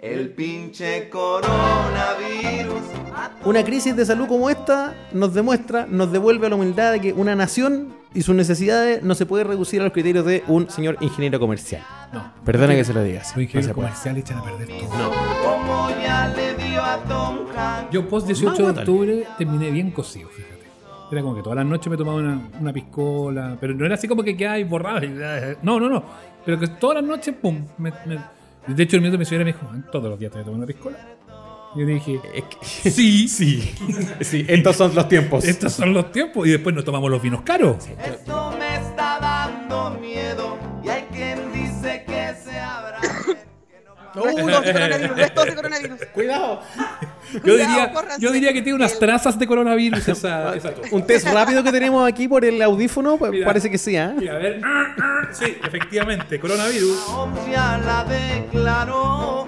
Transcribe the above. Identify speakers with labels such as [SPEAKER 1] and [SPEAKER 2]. [SPEAKER 1] El pinche coronavirus.
[SPEAKER 2] Una crisis de salud como esta nos demuestra, nos devuelve a la humildad de que una nación y sus necesidades no se puede reducir a los criterios de un señor ingeniero comercial.
[SPEAKER 3] No.
[SPEAKER 2] Perdona que se lo diga así,
[SPEAKER 3] Los ingenieros
[SPEAKER 2] no se puede.
[SPEAKER 3] comerciales echan a perder todo.
[SPEAKER 1] No. Como oh, ya le dio a Tom Hanks.
[SPEAKER 3] Yo post 18 de
[SPEAKER 2] Más guatón.
[SPEAKER 3] octubre terminé bien cocido, fíjate. Era como que todas las noches me tomaba una, una piscola, pero no era así como que quedáis borrado. y- No, no, no. Pero que todas las noches, pum. me- me- De hecho, el minuto mi señora me dijo, "Man, todos los días te voy a tomar una piscola. Y yo dije,
[SPEAKER 2] Es que-
[SPEAKER 3] sí, sí.
[SPEAKER 2] sí, estos son los tiempos.
[SPEAKER 3] Estos son los tiempos. Y después nos tomamos los vinos caros.
[SPEAKER 1] Esto me está dando miedo. Y hay quien dice que se habrá.
[SPEAKER 4] Uh, no, de coronavirus, no es todo de coronavirus.
[SPEAKER 2] Cuidado.
[SPEAKER 3] Yo
[SPEAKER 4] Cuidado,
[SPEAKER 3] diría,
[SPEAKER 4] córranse.
[SPEAKER 3] yo diría que tiene unas trazas de coronavirus esa, esa tos.
[SPEAKER 2] Un test rápido que tenemos aquí por el audífono, pa-
[SPEAKER 3] Mira.
[SPEAKER 2] parece que sí, ¿ah?
[SPEAKER 3] Mira, a ver. Sí, efectivamente, coronavirus.
[SPEAKER 1] Ya la declaró.